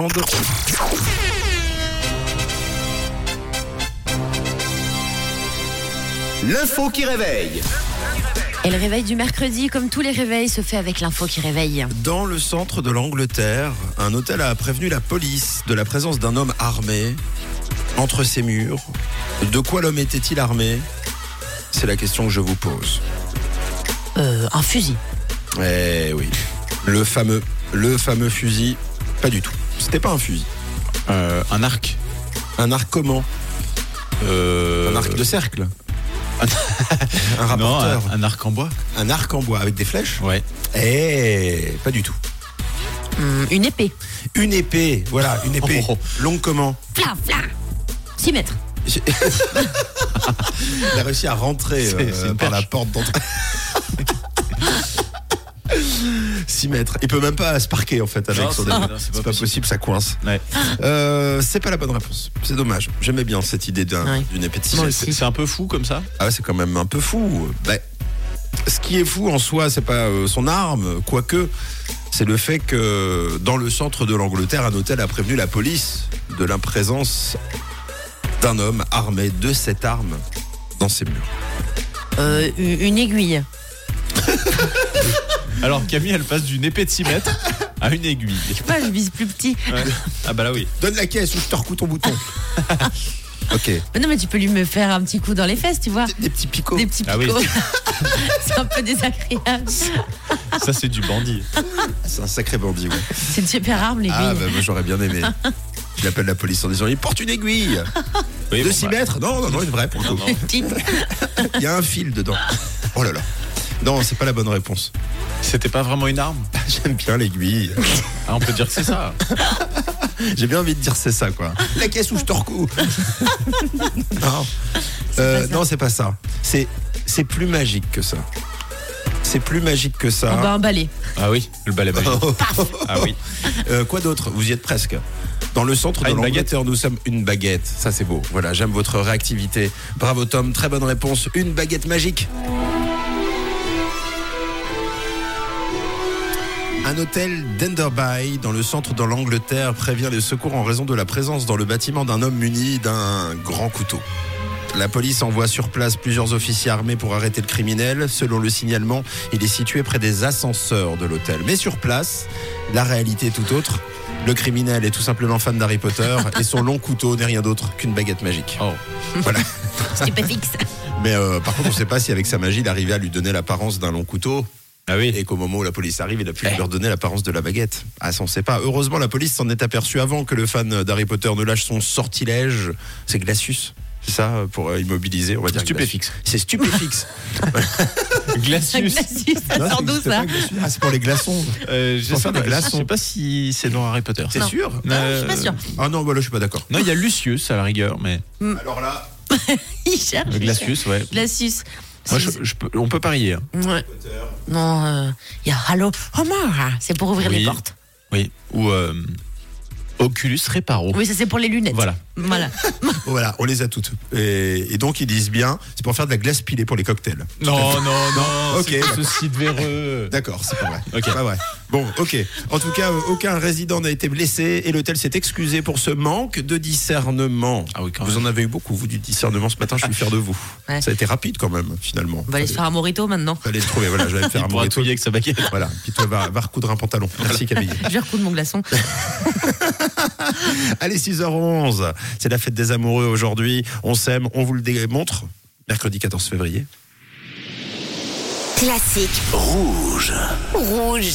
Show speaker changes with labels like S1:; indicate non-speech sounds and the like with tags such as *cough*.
S1: monde.
S2: L'info qui réveille.
S3: Et le réveil du mercredi, comme tous les réveils, se fait avec l'info qui réveille.
S1: Dans le centre de l'Angleterre, un hôtel a prévenu la police de la présence d'un homme armé entre ses murs. De quoi l'homme était-il armé C'est la question que je vous pose.
S3: Euh, un fusil.
S1: Eh oui, le fameux, le fameux fusil. Pas du tout. C'était pas un fusil.
S4: Euh, un arc.
S1: Un arc comment
S4: Euh,
S1: Un arc de cercle. *laughs* un
S4: non,
S1: rapporteur.
S4: un, un arc en bois.
S1: un... arc en bois avec des flèches.
S4: Ouais.
S1: Eh, pas du tout.
S3: Hum, une épée.
S1: Une épée, voilà, une épée.
S4: Oh.
S1: Longue comment
S3: Fla, fla 6 mètres.
S1: J'ai- Il a réussi à rentrer euh,
S4: c'est une
S1: par la porte d'entrée. 6 mètres. Il peut même pas se parquer en fait avec
S4: Non,
S1: son
S4: c'est-
S1: épée.
S4: non,
S1: C'est pas, possible, ça coince.
S4: Ouais.
S1: Euh, c'est pas la bonne réponse. C'est dommage. J'aimais bien cette idée d'un-
S3: Ouais.
S1: d'une épée de six
S3: Moi
S1: mètres.
S3: aussi.
S4: C'est c'est un peu fou comme ça.
S1: Ah ouais, c'est quand même un peu fou. Bah, ce qui est fou en soi, c'est pas euh, son arme, quoique, c'est le fait que dans le centre de l'Angleterre, un hôtel a prévenu la police de la présence d'un homme armé de cette arme dans ses murs.
S3: Euh, une une aiguille.
S4: Alors Camille, elle passe d'une épée de 6 *laughs* mètres à une aiguille.
S3: Pas, je vise plus petit.
S4: Ouais. Ah bah là oui.
S1: Donne la caisse ou je te recoue ton bouton. *laughs* ok.
S3: Mais non, mais tu peux lui me faire un petit coup dans les fesses, tu vois.
S1: Des petits picots.
S3: Des petits
S4: Ah oui.
S3: picots. *laughs* c'est un peu désagréable.
S4: Ça c'est du bandit.
S1: Ah, C'est un sacré bandit, oui.
S3: C'est une super arme, l'aiguille.
S1: Ah, bah, moi j'aurais bien aimé. Je l'appelle la police en disant il porte une aiguille
S4: Oui,
S1: de
S4: bon,
S1: 6
S4: bah,
S1: mètres. Non, non, non, une vraie pour *laughs* le coup.
S3: Petite.
S1: Il y a un fil dedans. Oh là là. Non, c'est pas la bonne réponse. *laughs*
S4: C'était pas vraiment une arme.
S1: J'aime bien l'aiguille.
S4: Ah, on peut dire que c'est ça.
S1: J'ai bien envie de dire c'est ça, quoi. La caisse où je te
S3: *laughs*
S1: recous. non, Euh,
S3: pas ça.
S1: non, c'est pas ça. C'est c'est plus magique que ça. C'est plus magique que ça.
S3: On va un balai.
S4: Ah oui, le balai magique. Ah oui.
S1: Euh, quoi d'autre Vous y êtes presque. Dans le centre
S4: Ah,
S1: de
S4: une
S1: l'Angleterre, nous sommes une baguette. Ça, c'est beau. Voilà, j'aime votre réactivité. Bravo, Tom. Très bonne réponse. Une baguette magique. Un hôtel d'Enderby, dans le centre de l'Angleterre, prévient les secours en raison de la présence dans le bâtiment d'un homme muni d'un grand couteau. La police envoie sur place plusieurs officiers armés pour arrêter le criminel. Selon le signalement, il est situé près des ascenseurs de l'hôtel. Mais sur place, la réalité est tout autre. Le criminel est tout simplement fan d'Harry Potter et son long couteau n'est rien d'autre qu'une baguette magique.
S4: Oh.
S1: Voilà.
S3: C'est pas *laughs* fixe.
S1: Mais euh, par contre, on ne sait pas si avec sa magie, il arrivait à lui donner l'apparence d'un long couteau
S4: Ah oui.
S1: et qu'au moment où la police arrive, il a pu
S4: Eh.
S1: leur donner l'apparence de la baguette. Ah, ça, on sait pas. Heureusement, la police s'en est aperçue avant que le fan d'Harry Potter ne lâche son sortilège. C'est Glacius. C'est ça, euh, pour euh, immobiliser, on va dire.
S4: Stupéfixe.
S1: Glacius. C'est stupéfixe.
S3: Un
S4: Glacius.
S3: glacis,
S1: Non,
S3: ça sort d'où
S1: n'existe
S3: ça
S1: pas, Glacius. Ah, c'est pour les glaçons.
S4: Euh,
S1: Pour faire
S4: J'essaie
S1: des
S4: de
S1: glaçons.
S4: Je sais pas si c'est dans Harry Potter. Euh,
S1: T'es
S3: Non.
S1: sûr
S3: Non, je suis pas sûre.
S1: Ah non, bah là, je suis pas d'accord.
S4: Non, il y a Lucius à la rigueur, mais
S1: Alors là,
S3: Il cherche.
S4: le Euh, Glacius, ouais.
S3: Glacius.
S4: Moi,
S3: C'est-
S4: je- je peux- on peut parier. hein.
S3: Ouais. Non, euh, il y a Halo Homer. C'est pour ouvrir
S4: Oui.
S3: les portes.
S4: Oui. Ou euh, Oculus Reparo.
S3: Oui, ça c'est pour les lunettes.
S4: Voilà.
S3: Voilà.
S1: Oh, Voilà, on les a toutes. Et, et donc ils disent bien, c'est pour faire de la glace pilée pour les cocktails.
S4: *laughs* Non, non, non.
S1: Ok.
S4: c'est pas Ce site véreux.
S1: D'accord, c'est pas vrai.
S4: Ok.
S1: C'est Pas vrai. Bon, ok. En tout cas, euh, aucun résident n'a été blessé et l'hôtel s'est excusé pour ce manque de discernement.
S4: Ah oui, quand
S1: Vous en avez eu beaucoup, vous, du discernement ce matin, je suis fier de vous.
S3: Ouais.
S1: Ça a été rapide quand même, finalement.
S3: On va aller se faire un morito maintenant.
S1: Fallait le trouver, voilà, j'allais faire un
S4: Il pourra
S1: mauvais
S4: touiller avec sa baguette.
S1: truc. Voilà, puis toi, va, va recoudre un pantalon. Merci Camille.
S3: Je recoule mon glaçon.
S1: Allez, 6h11, c'est la fête des amoureux aujourd'hui. On s'aime, on vous le démontre. Mercredi 14 février.
S5: Classique. Rouge. Rouge.